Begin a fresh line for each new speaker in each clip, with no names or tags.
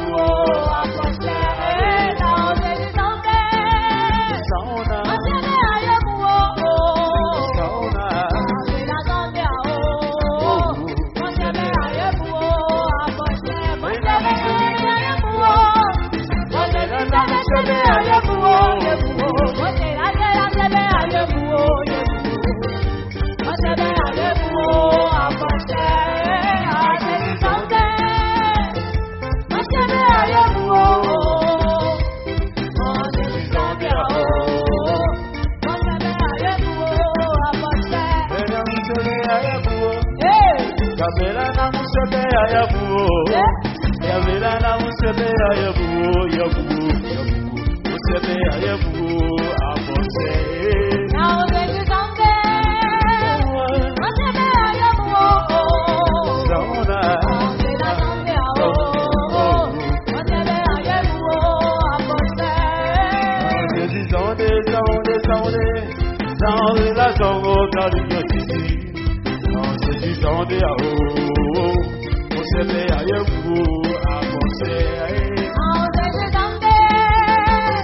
Ah, Oh,
Down, down, down, down, down,
Nazarota Diosisi, Nanse di Sande Aho, Osebe Ayeku, Akonse,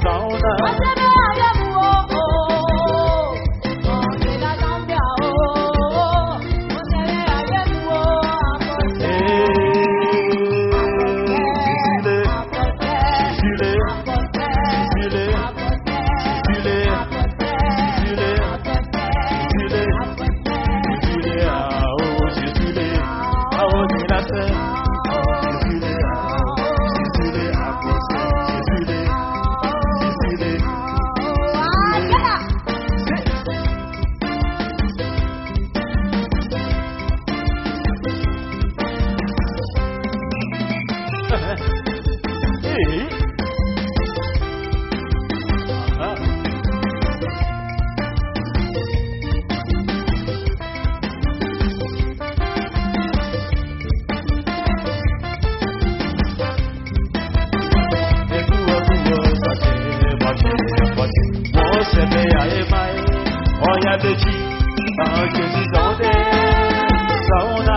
Sauna, Eh. Sile, Sile, Sile, Sile, Sile, Sile, Sile, Aho, Sile, Aho, Nilase, Sile, Aho, Sile, Akonse, Sile, Sile, Hey. Ah. Sauna,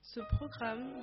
Ce programme